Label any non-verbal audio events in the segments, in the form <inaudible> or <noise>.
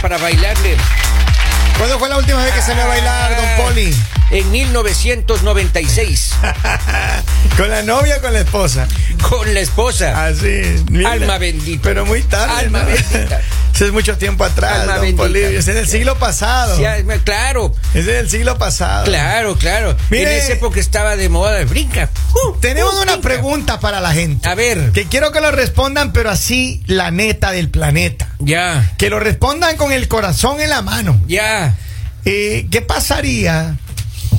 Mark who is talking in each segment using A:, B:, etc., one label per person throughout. A: para bailarle. Ah,
B: ¿Cuándo fue la última vez que salió a bailar, don Poli?
A: En 1996,
B: <laughs> ¿Con la novia o con la esposa?
A: con la
B: Ah,
A: esposa.
B: Así. mire.
A: Alma bendita.
B: Pero muy tarde.
A: Alma
B: ¿no?
A: bendita.
B: <laughs> Eso es mucho tiempo atrás,
A: Alma
B: don
A: bendita.
B: Poli. Ese es del siglo pasado.
A: Sí, ah, claro,
B: Ese es del siglo pasado.
A: claro, claro.
B: Mire.
A: En esa época estaba de moda. Brinca. Uh,
B: Tenemos
A: uh,
B: una
A: brinca.
B: pregunta para la gente.
A: A ver,
B: Que quiero que lo respondan, pero así la neta del planeta.
A: ya,
B: Que lo respondan con el corazón en la mano.
A: ya.
B: Eh, ¿Qué pasaría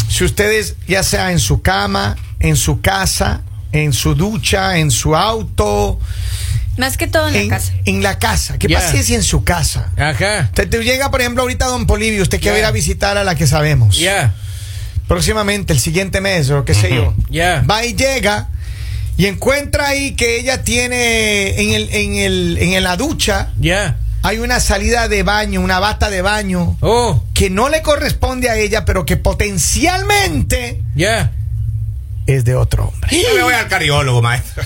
B: si ustedes, ya sea en su cama, en su casa, en su ducha, en su auto,
C: Más que todo en,
B: en,
C: la casa.
B: en la casa? ¿Qué
A: Ya.
B: pasaría si en su casa?
A: Ajá,
B: Usted te llega, por ejemplo, ahorita a Don Polivio, usted quiere
A: Ya.
B: ir a visitar a la que sabemos.
A: ya.
B: Próximamente, el siguiente mes o qué sé yo.
A: Ya.
B: Va y llega y encuentra ahí que ella tiene en, el, en, el, en la ducha,
A: Ya.
B: hay una salida de baño, una bata de baño.
A: Oh,
B: que no le corresponde a ella, pero que potencialmente
A: ya.
B: es de otro hombre.
D: Yo me voy al
B: <laughs>
D: cardiólogo, maestro.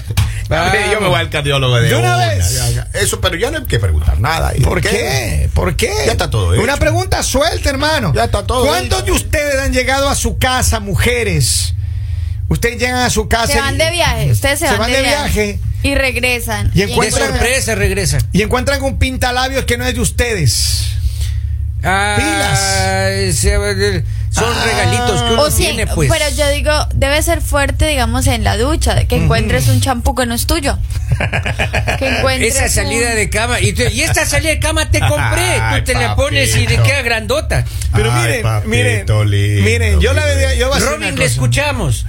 A: Vamos.
D: Yo me voy al cardiólogo de,
B: Ah. ¿De una vez?
D: ya, ya. Eso, pero ya no hay que preguntar nada. ¿Y
B: ¿Por <laughs>
D: <laughs>
B: qué? ¿Por qué?
D: Ya está todo hecho.
B: Una pregunta suelta, hermano.
D: Ya está todo
B: ¿Cuántos
D: hecho.
B: de ustedes han llegado a su casa, mujeres? Ustedes llegan a su casa
C: Se van
B: y-
C: de viaje. Ustedes se,
B: Se van de viaje.
C: Y regresan.
B: Y
A: De
B: encuentran-
A: sorpresa regresa.
B: y encuentran un pintalabios que no es de ustedes.
A: Ah, se- Son
B: Ah.
A: regalitos que uno
C: O sí,
A: tiene, pues.
C: pero yo digo, debe ser fuerte, digamos, en la ducha, que encuentres un champú que no es tuyo. Que encuentres
A: Esa salida
C: un-
A: de cama. Y, te- y esta salida de cama
B: <laughs>
A: te compré.
D: Ay,
A: Tú te la pones y te
D: papito.
A: queda grandota.
B: Pero
D: Ay,
B: miren,
D: papito
B: miren,
D: lindo,
B: miren, yo la
D: miren.
B: verdad, yo voy a hacer
A: Robin,
B: una
A: le
B: cosa.
A: escuchamos.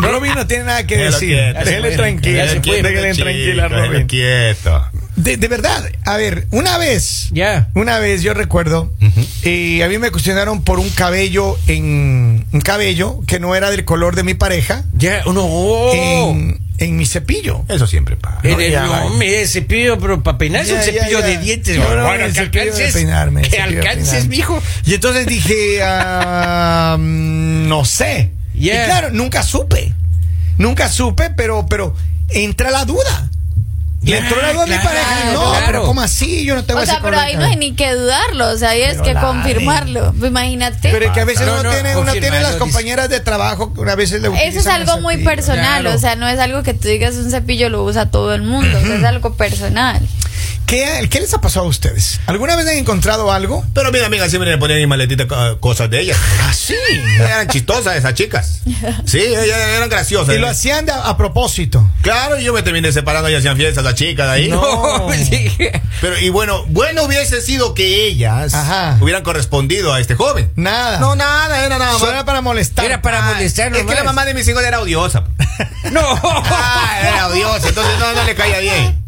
B: Robin no tiene nada que
D: Déjalo
B: decir.
D: quieto,
B: Déjele
A: ya se
B: tranquilo.
A: fue, ya se fue,
B: Déjele
D: chico,
B: tranquila,
D: déjalo
B: Robin.
D: quieto.
B: De, de verdad, a ver, una vez,
A: Ya.
B: una vez yo recuerdo,
D: Ujú.
B: y a mí me cuestionaron por un cabello en un cabello que no era del color de mi pareja
A: Ya, no.
B: en, en mi cepillo.
D: Eso siempre pasa.
A: En el-
B: ya,
A: no,
B: ya.
A: mire, cepillo, pero para peinarse
B: Ya,
A: un
B: ya,
A: cepillo
B: ya.
A: de dientes.
B: No, no,
A: bueno,
B: el
A: que
B: cepillo de
A: alcances.
B: peinarme, el
A: que
B: cepillo de
A: alcances,
B: peinarme.
A: mijo.
B: Y entonces dije, <laughs> ah, mm, no sé.
A: Yeah.
B: Y claro, nunca supe. Nunca supe, pero, pero entra la duda. Y
A: Ya,
B: entró la duda a mi
A: claro,
B: pareja. No,
A: claro.
B: pero ¿cómo así? Yo no tengo
C: O
B: ese
C: sea, pero
B: color de
C: ahí no
B: cabello".
C: hay ni que dudarlo, o sea, ahí es
B: Pero
C: que
B: la-
C: confirmarlo. Imagínate.
B: Pero es que a veces
A: No,
B: uno
A: no,
B: tiene, uno
A: confirmado,
B: tiene las
A: dice.
B: compañeras de trabajo que a veces le
C: Eso es
B: utilizan
C: algo
B: el
C: muy
B: cepillo.
C: personal,
A: Claro.
C: o sea, no es algo que tú digas un cepillo lo usa todo el mundo, o sea, es algo personal.
B: ¿Qué, qué les ha pasado a ustedes? ¿Alguna vez han encontrado algo?
D: Pero mira, amiga, siempre le ponían en mi maletita co- cosas de ellas.
B: Ah, sí.
D: <laughs> Eran chistosas esas chicas. Sí, ellas eran graciosas.
B: Y lo hacían de- a propósito.
D: Claro, y yo me terminé separando y hacían fiestas las chicas de ahí.
A: <laughs> No, sí.
D: <laughs> Pero, y bueno, bueno hubiese sido que ellas
B: Ajá.
D: hubieran correspondido a este joven.
B: Nada.
D: No, nada, era nada más.
B: Solo era para molestar.
A: Era para
D: Ah,
A: molestar
D: Es que la
A: nomás.
D: mamá de mis hijos era odiosa.
A: <laughs> No.
D: Ah, era odiosa, entonces no, no le caía bien.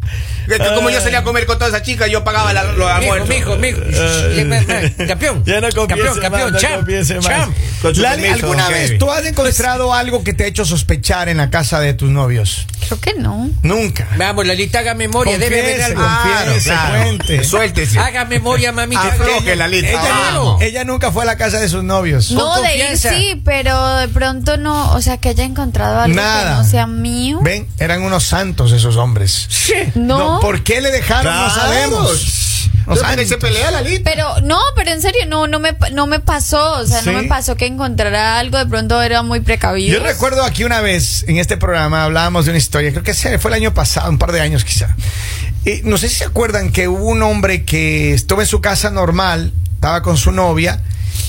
D: Es que como yo salía a comer con todas esas chicas, yo pagaba la, los
A: Mijo,
D: almuerzos.
A: mijo, mijo. Shh, ma- ma- Campeón.
B: Ah, Eh, Ya no confiese
A: Campeón, campeón.
B: más, no
A: Champ.
B: confiese más.
A: Champ.
D: Con su
B: Lali,
D: permiso,
B: ¿alguna
D: don
B: vez
D: Kevin.
B: tú has encontrado algo que te ha hecho sospechar en la casa de tus novios?
C: Creo que no.
B: Nunca.
A: Vamos, Lalita, haga memoria. debe haber
B: Confiese,
A: algo.
D: Claro,
B: Confiese,
D: claro.
B: cuente. Ah.
D: Suéltese.
A: Haga memoria, mamita.
D: Afloje la lista.
A: Ella
D: Vamos.
A: no.
B: Ella nunca fue a la casa de sus novios.
A: Con
C: No, de ir
A: confianza.
C: sí, pero de pronto no, o sea, que haya encontrado algo
B: Nada.
C: que no sea mío.
B: Ven, eran unos santos esos hombres.
C: No,
B: ¿Por qué le dejaron? No
D: Claro.
B: sabemos. No
D: Entonces, que
B: sabemos.
D: se pelea la lista.
C: pero no, pero en serio, no, no me, no me pasó, o sea,
B: Sí.
C: no me pasó que encontrara algo, de pronto era muy precavido.
B: Yo recuerdo aquí una vez en este programa hablábamos de una historia, creo que se- fue el año pasado, un par de años quizá. Y no sé si se acuerdan que hubo un hombre que estuvo en su casa normal, estaba con su novia.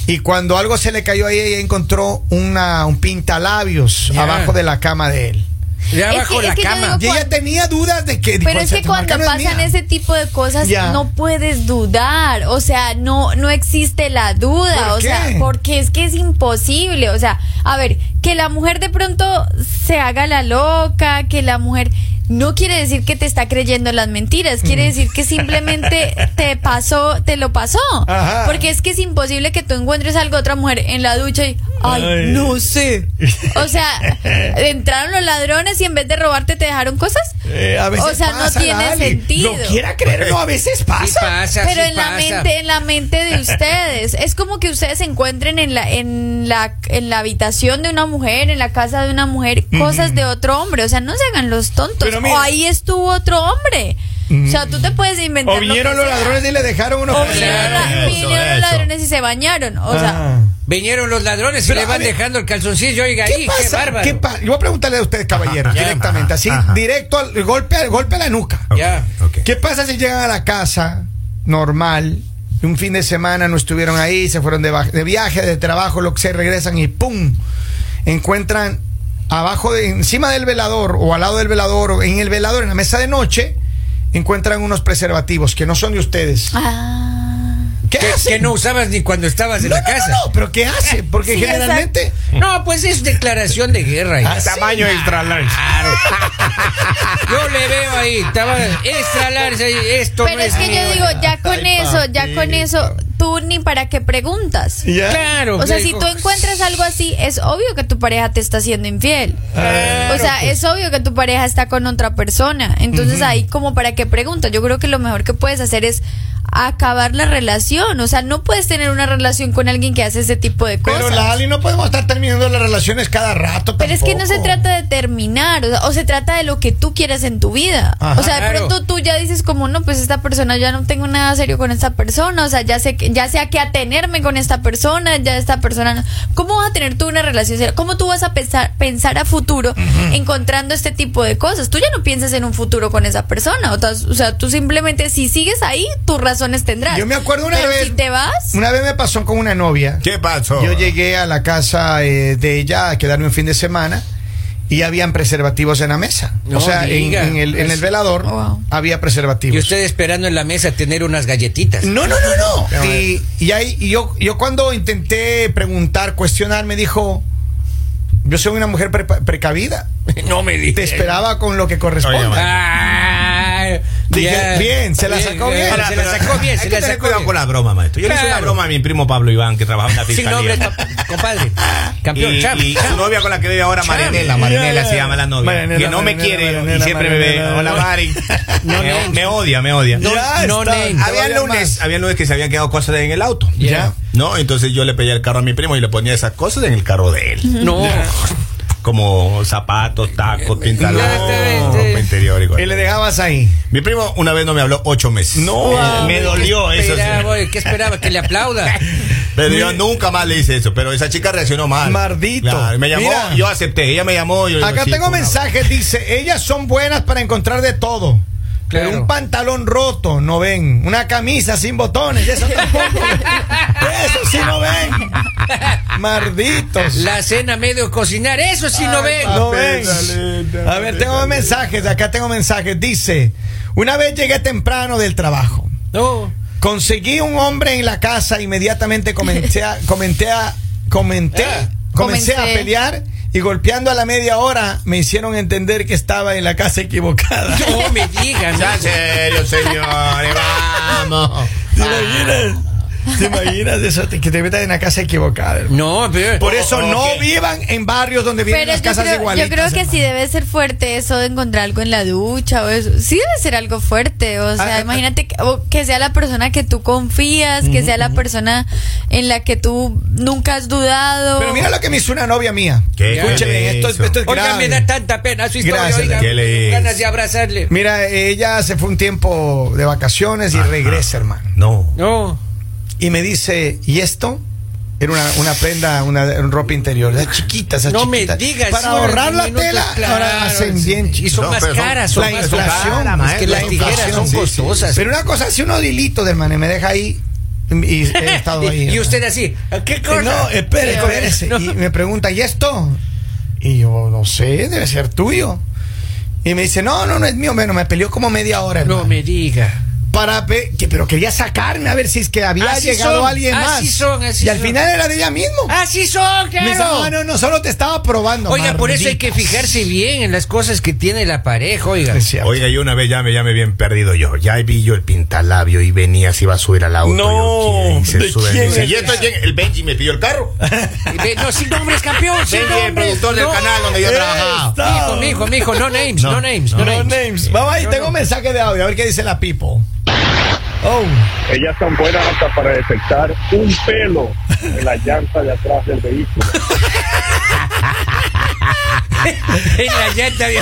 B: Y cuando algo se le cayó ahí, ella encontró una, un pintalabios
A: Ya.
B: abajo de la cama de él.
A: Ya
C: Es
A: abajo
C: que-
A: la
C: es que yo
A: cama.
B: Y ella tenía dudas de que... dijo,
C: Pero es
B: "Esa
C: que cuando
B: marca no es
C: pasan
B: mía".
C: ese tipo de cosas
B: Ya.
C: no puedes dudar, o sea, no no existe la duda,
B: ¿Por
C: o
B: qué?
C: sea, porque es que es imposible, o sea, a ver, que la mujer de pronto se haga la loca, que la mujer no quiere decir que te está creyendo las mentiras,
B: Mm.
C: quiere decir
B: <laughs>
C: que simplemente te pasó, te lo pasó.
B: Ajá.
C: Porque es que es imposible que tú encuentres algo otra mujer en la ducha y ay,
B: Ay.
C: no sé.
B: <laughs>
C: O sea, entraron los ladrones y en vez de robarte te dejaron cosas.
B: Eh, a veces
C: O sea, no
B: pasa,
C: tiene
B: Lali.
C: sentido.
B: No quiera creer, no, a veces
A: Sí
B: pasa.
A: pasa,
C: Pero
A: sí
C: en la
A: pasa.
C: mente, en la mente
B: <laughs>
C: de ustedes, es como que ustedes se encuentren en la, en la, en la habitación de una mujer, en la casa de una mujer, cosas de otro hombre. O sea, no se hagan los tontos.
B: Pero mira-
C: o ahí estuvo otro hombre. O sea, tú te puedes inventar.
B: O vinieron
C: lo
B: los
C: que sea.
B: ladrones y le dejaron unos
C: O
B: pesos.
C: vinieron, la-
D: Eso,
C: vinieron
D: eso.
C: los ladrones y se bañaron. O sea,
B: Ah.
A: Vinieron los ladrones
B: Pero,
A: y le
B: a
A: van
B: ver,
A: dejando el calzoncillo, oiga
B: ¿Qué
A: ahí, qué
B: pasa?
A: bárbaro.
B: ¿Qué pa- Yo voy a preguntarle a ustedes, caballeros,
D: Ajá,
B: directamente,
D: ajá,
B: así,
D: ajá.
B: directo al el golpe, al golpe a la nuca.
A: ya.
D: Ok.
B: ¿Qué pasa si llegan a la casa normal? y Un fin de semana no estuvieron ahí, se fueron de, va- de viaje, de trabajo, lo que sea, regresan y ¡pum! Encuentran abajo, de, encima del velador o al lado del velador o en el velador, en la mesa de noche, encuentran unos preservativos que no son de ustedes.
C: ah,
B: ¿Qué,
A: Que,
B: hacen?
A: que no usabas ni cuando estabas en
B: No,
A: la
B: no,
A: casa.
B: no, no, pero ¿qué hace? Porque
C: Sí,
B: generalmente...
A: No, pues es declaración de guerra. hija.
B: Ah,
D: Tamaño extra large.
A: <laughs> Yo le veo ahí, estaba extra large ahí, esto
C: Pero
A: no
C: es que
A: mío.
C: yo digo, ya con
B: Ay,
C: eso, ya con
B: papito.
C: eso, tú ni para qué preguntas.
B: ¿Ya?
A: Claro.
C: O sea,
A: le
C: si
A: digo,
C: tú encuentras algo así, es obvio que tu pareja te está siendo infiel.
A: Claro,
C: o sea, es obvio que tu pareja está con otra persona. Entonces ahí como para qué preguntas. Yo creo que lo mejor que puedes hacer es acabar la relación. O sea, no puedes tener una relación con alguien que hace ese tipo de cosas.
B: Pero Lali, no podemos estar terminando las relaciones cada rato.
C: Pero es que no se
B: tampoco.
C: trata de terminar, o, sea, o se trata de lo que tú quieres en tu vida.
B: Ajá.
C: o sea, de
A: Claro.
C: pronto tú ya dices como, no, pues esta persona ya no tengo nada serio con esta persona, o sea, ya sé que- ya sé a qué atenerme con esta persona, ya esta persona. no- ¿Cómo vas a tener tú una relación seria? ¿Cómo tú vas a pensar pensar a futuro encontrando este tipo de cosas? Tú ya no piensas en un futuro con esa persona, o, tas- o sea, tú simplemente si sigues ahí, tus razones tendrás.
B: Yo me acuerdo una
C: Pero
B: vez.
C: si te vas,
B: Una vez me pasó con una novia.
D: ¿Qué pasó?
B: Yo llegué a la casa eh, de ella a quedarme un fin de semana y habían preservativos en la mesa.
A: No
B: o sea, en,
A: diga.
B: en el, en el velador
C: Oh, Wow.
B: había preservativos.
A: Y usted esperando en la mesa tener unas galletitas.
B: No, no, no, no. Y, y ahí y yo, yo cuando intenté preguntar, cuestionar, me dijo, yo soy una mujer prepa- precavida.
A: <laughs> No me
B: Te
A: digas.
B: esperaba con lo que corresponde.
D: Oye,
A: Ah,
B: Dije,
A: ya.
B: bien, se la sacó bien.
A: eh,
D: Ahora,
A: Se la
D: Ah, pero
A: sacó bien,
D: hay
A: se
D: que
A: la
D: tener
A: sacó
D: cuidado
A: bien.
D: con las bromas, maestro. Yo le hice una
A: Claro.
D: broma a mi primo Pablo Iván, que trabaja en la
A: Sin nombre,
D: fiscalía. <laughs>
A: pa- compadre. Campeón,
D: Y,
A: cham,
D: y
A: cham.
D: su novia con la que vive ahora,
A: Cham.
D: Marinela. Marinela se llama la novia.
B: Marinela,
D: que no me
B: Marinela,
D: quiere
B: Marinela,
D: y siempre me ve.
B: Marinela.
D: Hola, Mari.
B: <laughs>
A: No,
D: me,
A: no.
D: me odia, me odia.
A: No,
B: Ya
A: no,
B: está.
A: name.
D: había
B: Todavía
D: lunes,
B: más.
D: había lunes que se habían quedado cosas en el auto.
B: Ya.
D: No, entonces yo le pedí el carro a mi primo y le ponía esas cosas en el carro de él.
A: No.
D: Como zapatos, tacos, pintalón,
A: Exactamente.
D: ropa interior y cosas.
B: Y le dejabas ahí.
D: Mi primo una vez no me habló ocho meses.
A: Wow,
B: ah,
D: me dolió
A: ¿qué
D: eso. sí.
A: esperaba, oye? ¿Qué esperaba? ¿Que le aplauda?
D: Pero yo nunca más le hice eso. Pero esa chica reaccionó mal.
B: Mardito.
D: Claro, me llamó,
B: Mira.
D: yo acepté. Ella me llamó. Yo le digo,
B: Acá
D: sí,
B: tengo
D: fue una-
B: mensajes, dice, ellas son buenas para encontrar de todo.
A: Claro.
B: Pero un pantalón roto, no ven. Una camisa sin botones, eso tampoco.
A: <laughs>
B: eso sí no ven. Marditos.
A: La cena medio cocinar, eso sí no ven.
B: No ven.
D: Papelita,
B: A ver, tengo
D: papelita.
B: mensajes, acá tengo mensajes. Dice, una vez llegué temprano del trabajo.
A: No.
B: Conseguí un hombre en la casa, inmediatamente comencé
C: <laughs>
B: a, comenté a, comenté,
A: Ah,
B: comencé a
C: Eh, comencé.
B: pelear y golpeando a la media hora me hicieron entender que estaba en la casa
C: <laughs>
B: equivocada.
A: No me digan.
D: Ya, en serio,
B: <laughs>
D: señores, vamos.
B: ¿Te imaginas?
C: Ah.
B: ¿Te imaginas eso? Te- Que te metas en la casa equivocada. hermano.
A: No, pero.
B: Por eso
D: Oh,
B: no
D: ok.
B: vivan en barrios donde viven
C: Pero
B: las
C: yo
B: casas
C: creo, yo
B: igualitas.
C: creo que
B: hermano.
C: sí debe ser fuerte eso de encontrar algo en la ducha o eso. Sí debe ser algo fuerte. O sea,
B: Ah, ah,
C: imagínate que, o que sea la persona que tú confías, que sea la persona en la que tú nunca has dudado.
B: Pero mira lo que me hizo una novia mía.
D: ¿Qué
B: Escúcheme,
D: es
B: esto, es-
D: eso?
B: esto es
A: Oiga,
B: grave.
A: me da tanta pena su historia.
B: Gracias,
A: oiga,
D: ¿qué le es?
A: ganas de abrazarle.
B: Mira, ella se fue un tiempo de vacaciones y regresa, hermano.
D: No.
A: No.
B: y me dice, ¿y esto? Era una, una prenda, una, una ropa interior, las chiquitas, esas
A: No me
B: chiquitas.
A: digas.
B: Para
A: sí,
B: ahorrar la
A: minutos,
B: tela,
A: claro,
B: ahora hacen
A: sí.
B: bien
A: Y son
D: No,
A: más
D: pero son-
A: caras, son
B: la
A: más
B: inflación,
A: caras.
D: maestro,
A: Es que
D: la
A: las tijeras
D: inflación,
A: son
D: sí,
A: costosas. <laughs>
B: Pero una cosa, si uno dilito de hermano, y me deja ahí y
A: <laughs> eh,
B: he estado ahí.
A: Y
B: hermano.
A: usted así, "Ah, ¿qué cosa?
B: No, espere,
A: Sí, a ver,
B: espérese.
A: no.
B: Y me pregunta, ¿y esto? Y yo, no sé, debe ser tuyo. Y me dice, no, no, no es mío. Bueno, me peleó como media hora, hermano.
A: No me diga.
B: para pe- que, pero quería sacarme a ver si es que había
A: Así
B: llegado
A: son,
B: alguien
A: así
B: más.
A: son, así
B: y al
A: son.
B: final era de ella mismo.
A: Así son,
B: Me dice,
A: claro.
B: "Ah, no, no, solo te estaba probando.
A: Oiga, por eso hay que
B: malditas".
A: fijarse bien en las cosas que tiene la pareja, oiga.
B: Es cierto.
D: Oiga, yo una vez ya me, ya me bien perdido yo. Ya vi yo el pintalabio y venía, se iba a subir al auto.
B: No,
D: yo, ¿quién? se
B: ¿de
D: sube,
B: quién
D: dice,
B: es?
D: ¿Y esto es quién? El Benji me pidió
B: <laughs>
D: el carro.
A: Y ve- No, sin nombres, campeón, sin
D: Benji, el
A: nombres.
D: productor del
A: No.
D: canal donde yo trabajaba.
A: Mijo, mijo, mijo, no names, no,
D: No,
A: names, no,
B: No
A: names.
B: names. Vamos ahí, tengo un mensaje de audio, a ver qué dice la people. Oh,
E: Ellas son buenas hasta para detectar un pelo en la llanta de atrás del vehículo.
A: <laughs> en la llanta. de-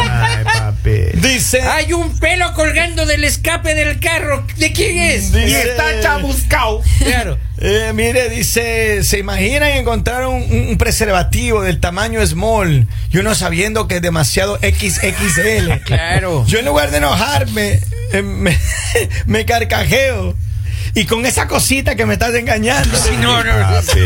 D: Ay, papi.
B: Dice.
A: Hay un pelo colgando del escape del carro. ¿De quién es?
B: Dice-
D: Y está chamuscao.
A: Claro.
B: Eh, mire, dice, ¿se imaginan encontrar un, un preservativo del tamaño small y uno sabiendo que es demasiado XXL?
A: <laughs> Claro.
B: Yo en lugar de enojarme, eh, me, <laughs> me carcajeo. Y con esa cosita que me estás engañando.
A: Sí, no, no.
D: Papi.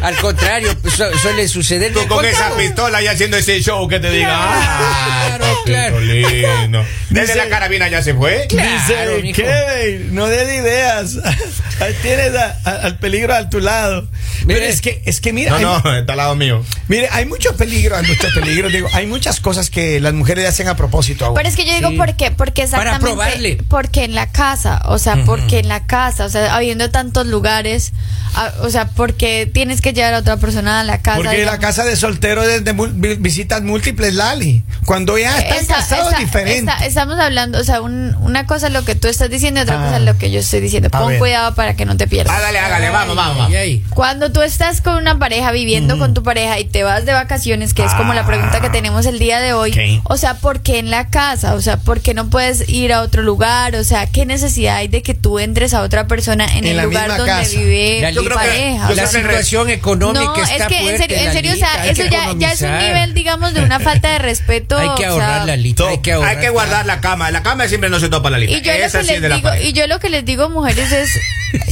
A: Al contrario, pues, su- suele suceder.
D: Tú con esa pistola ya haciendo ese show que te diga.
A: Claro,
D: ah,
A: claro.
D: Pistolino. Desde
B: Dice-
D: la carabina ya se fue.
A: Claro,
B: Dice,
A: mijo.
B: Kevin, no des ideas. <laughs> Ahí tienes a- a- al peligro a tu lado. Pero
A: Mire.
B: es que, es que mira,
D: No,
B: hay-
D: no, está al lado mío.
B: mire, hay mucho peligro, hay mucho peligro. Digo, hay muchas cosas que las mujeres hacen a propósito. ahora.
C: Pero es que yo digo,
A: Sí.
C: ¿por qué? Porque
A: Para
C: exactamente.
A: probarle.
C: Porque en la casa, o sea, porque en la casa, o sea, habiendo tantos lugares, a- o sea, porque tienes que llevar a otra persona a la casa.
B: Porque
C: digamos?
B: la casa de soltero es de mul- vi- visitas múltiples, Lali. Cuando ya están
C: Esa-
B: casados,
C: esa-
B: diferente.
C: esa- estamos hablando, o sea, un- una cosa es lo que tú estás diciendo y otra
B: Ah.
C: cosa es lo que yo estoy diciendo.
B: A
C: Pon
B: ver.
C: cuidado para que no te pierdas.
D: Hágale, Ah, hágale, vamos, vamos, vamos.
A: Y ahí.
C: Cuando tú estás con una pareja, viviendo
B: Mm.
C: con tu pareja y te vas de vacaciones, que es como la pregunta que tenemos el día de hoy,
B: Ah. Ok.
C: o sea, ¿por qué en la casa? O sea, ¿por qué no puedes ir a otro lugar? O sea, ¿qué necesidad hay de que tú entres a otra persona en,
B: En
C: el
B: la
C: lugar
B: misma
C: donde
B: casa.
C: vive
A: La
C: Eh, tu
A: li- yo creo que-
C: pareja?
D: yo
A: La
C: O sea,
D: creo que-
A: situación económica
C: no,
A: está
C: es que en
A: fuerte,
C: serio, en serio o
A: Lalita,
C: sea,
A: hay
C: eso
A: que
C: ya, ya es un
A: economizar.
C: nivel, digamos, de una
A: <laughs>
C: falta de respeto.
A: Hay que
C: o
A: ahorrar
C: sea,
A: la lita, hay que ahorrar.
D: Hay que guardar la cama. La cama siempre no se topa la lista.
C: y yo, lo
D: Esa
C: que
D: sí es
C: les
D: de la
C: digo,
D: pared.
C: y yo lo que les digo, mujeres,
B: <laughs>
C: es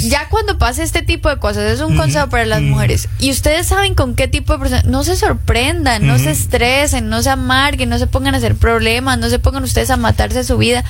C: ya cuando pasa este tipo de cosas, es un consejo para las mujeres. Y ustedes saben con qué tipo de personas, no se sorprendan, no se estresen, no se amarguen, no se pongan a hacer problemas, no se pongan ustedes a matarse su vida.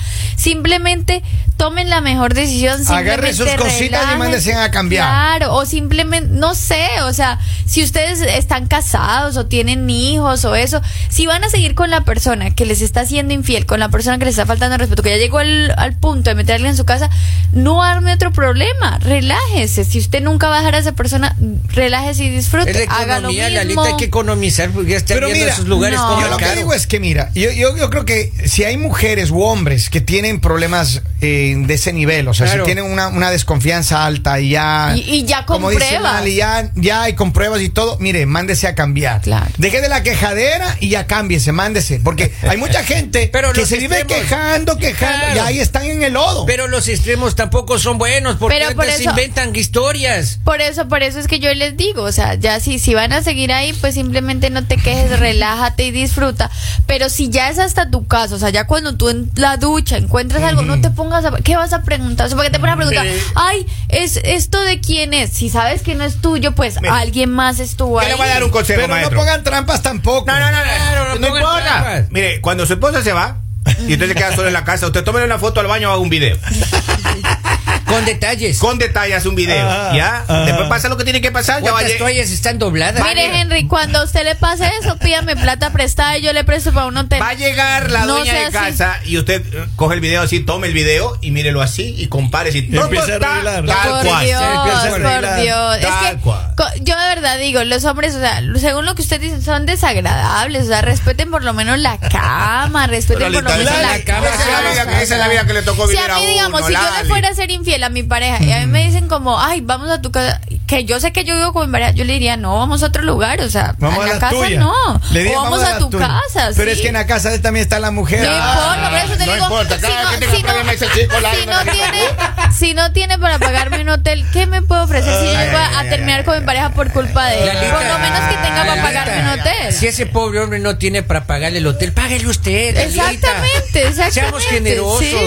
C: Simplemente tomen la mejor decisión.
B: Agarren
C: simplemente
B: sus cositas y
C: relájense.
B: mándense a cambiar.
C: Claro, o simplemente, no sé, o sea, si ustedes están casados o tienen hijos o eso, si van a seguir con la persona que les está siendo infiel, con la persona que les está faltando el respeto, que ya llegó al, al punto de meterle en su casa, no arme otro problema, relájese. Si usted nunca va a dejar a esa persona, relájese y disfrute.
A: Es la
C: haga lo
A: economía, Lalita,
C: mismo.
A: hay que economizar porque ya están
B: Pero
A: viendo
B: mira,
A: esos lugares
C: no.
A: como
B: Yo lo que
A: caro.
B: digo es que, mira, yo, yo, yo creo que si hay mujeres u hombres que tienen problemas eh, de ese nivel, o sea,
A: Claro.
B: si tienen una, una desconfianza alta y ya.
C: Y- y ya con
B: como dice
C: pruebas.
B: Lali, ya, ya hay con pruebas y todo, mire, mándese a cambiar.
C: Claro.
B: Deje de la quejadera y ya cámbiese, mándese. Porque hay
C: <laughs>
B: mucha gente
A: Pero
B: que
A: los
B: se vive
A: extremos.
B: quejando, quejando,
A: Claro.
B: y ahí están en el lodo.
A: Pero los extremos tampoco son buenos porque
C: Pero por
A: antes
C: eso-
A: inventan historias.
C: Por eso, por eso es que yo les digo, o sea, ya si, si van a seguir ahí, pues simplemente no te
D: <laughs>
C: quejes, relájate y disfruta. Pero si ya es hasta tu caso, o sea, ya cuando tú en la ducha encuentras algo, no te pongas a... ¿Qué vas a preguntar? O sea, ¿por qué te pones a preguntar?
D: Mire.
C: Ay, ¿es esto de quién es? Si sabes que no es tuyo, pues
D: Mire.
C: alguien más estuvo
D: Yo
C: ahí.
D: le voy a dar un consejo,
B: Pero no
D: maestro.
B: pongan trampas tampoco.
D: No, no, no,
A: Claro,
D: no,
A: no
D: no
A: pongan
D: importa.
A: trampas.
D: Mire, cuando su esposa se va y usted se queda solo en la casa, usted tómale una foto al baño o haga un video.
A: Con detalles.
D: Con detalles, un video.
B: Ajá,
D: ¿Ya?
B: ajá.
D: Después pasa lo que tiene que
B: Ah,
D: pasar. Ya va a
A: ¿Cuántas
D: lleg-
A: toallas están dobladas?
C: Mire, Henry, cuando a usted le pase eso, pídame plata prestada y yo le presto para un hotel.
D: Va a llegar la
C: No
D: dueña
C: sea
D: de
C: así.
D: casa y usted eh, coge el video así, tome el video y mírelo así y compare si todo
B: empieza a
D: está
B: arreglar.
D: tal
C: por
D: cual.
C: Dios,
B: empieza a
C: por
B: arreglar.
C: Dios. Es
D: Tal
C: que
D: cual.
C: co- yo de verdad digo, los hombres, o sea, según lo que usted dice, son desagradables. O sea, respeten por lo menos la cama, respeten por lo
D: Lolita,
C: menos
B: Lali,
C: la, cama.
D: esa es la vida que- esa es la vida que le tocó
C: Si
D: vivir
C: a
D: a
C: mí,
D: uno,
C: digamos, si yo
D: Lali.
C: le fuera a ser infiel a mi pareja y a mí me dicen como, ay, vamos a tu casa, que yo sé que yo vivo con mi pareja, yo le diría, no, vamos a otro lugar, o sea,
B: Vamos
C: a
B: a
C: la,
B: la
C: casa
B: tuya.
C: no.
B: Le
C: O
B: dije,
C: vamos, a,
B: la
C: tu
B: tuya.
C: casa.
B: Pero
C: sí.
B: es que en la casa de él también está la mujer. Ah,
C: No importa, por eso te
D: no
C: digo.
D: importa, cada que tenga
C: no-
D: problema ese chico, la-
C: si no tiene, si no tiene para pagarme un hotel, ¿qué me puedo ofrecer si yo
D: Ay,
C: llego
D: ay,
C: a a
D: ay,
C: terminar
D: ay,
C: con mi pareja por culpa de él?
A: Lalita,
C: Por lo menos que tenga para
A: Lalita,
C: pagarme un hotel.
A: Si ese pobre hombre no tiene para pagarle el hotel, páguele usted. Lalita.
C: Exactamente, exactamente,
A: Seamos generosos.
C: sí.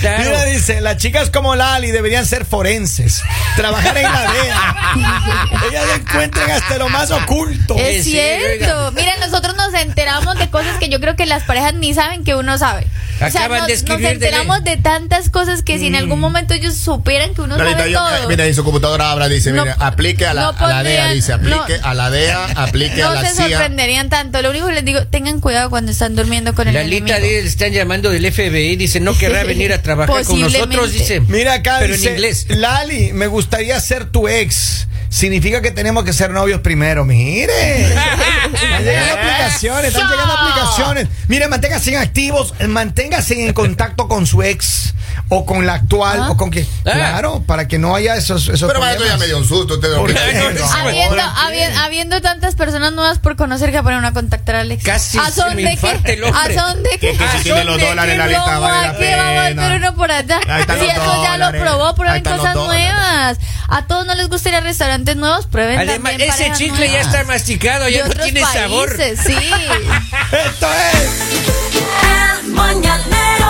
A: Claro.
B: Mira, dice, las chicas como Lali deberían ser forenses, trabajar en
C: <laughs>
B: madera. Ellas encuentran hasta lo más oculto.
A: Eh,
C: Es
A: sí,
C: cierto.
A: oiga.
C: Miren, nosotros nos enteramos de cosas que yo creo que las parejas ni saben que uno sabe. o sea,
A: Acaban
C: nos,
A: de
C: nos
A: escribir de
C: enteramos de tantas cosas que si en
D: Mm.
C: algún momento ellos supieran que uno
F: Clarita,
C: sabe
F: yo- eh,
C: todo.
F: mira, en su computadora habla, dice,
C: No-
F: mira, aplique a la,
C: no
F: a la DEA,
C: pondrían-
F: dice, aplique
C: no.
F: a la DEA, aplique a
C: <laughs> no
F: la
C: se
D: ah.
F: CIA.
C: sorprenderían tanto. Lo único que les digo, tengan cuidado cuando están durmiendo con el
A: Lalita
C: enemigo.
A: dice, le están llamando del FBI, dice, no
C: <laughs>
A: querrá venir a trabajar con nosotros,
C: Posiblemente.
A: dice.
B: Mira acá
A: Pero
B: dice,
A: en inglés.
B: Lali, me gustaría ser tu ex. Significa que tenemos que ser novios primero. Mire. Ya llega la aplicaciones, están llegando aplicaciones. Mire, manténgase activos, manténgase en contacto con su ex o con la actual o con quien.
A: Ah.
B: Claro, para que no haya esos, esos
F: Pero para esto ya
B: problemas.
F: me dio un susto. Usted
B: <laughs> ¿Por
F: ¿Por
B: qué?
A: Pues
C: Habiendo, habi- habiendo tantas personas nuevas por conocer que ponen a contactar a Alex.
A: Casi
C: ¿A
A: se
C: son
A: me
C: de
A: infarta
C: qué?
A: el hombre.
C: ¿A son de qué?
F: Que- que si
C: ¿A
F: tiene
C: son
F: los
C: de
F: dólares,
C: qué
F: la lista
C: vamos
F: vale
C: a
F: la
C: qué vamos a
F: pena.
C: volver uno por allá?
F: Ahí están
C: Si
F: los
C: eso ya lo
F: dólares.
C: probó,
F: Ahí
C: prueben
F: están los
C: cosas
F: dólares.
C: nuevas. A todos no les gustaría restaurantes nuevos, prueben
A: Además,
C: también
A: ese
C: parejas
A: chicle ya
C: nuevas.
A: está masticado,
C: De
A: ya no
C: otros
A: tiene sabor. <laughs>
C: países, sí.
B: Esto es.
G: El mañanero.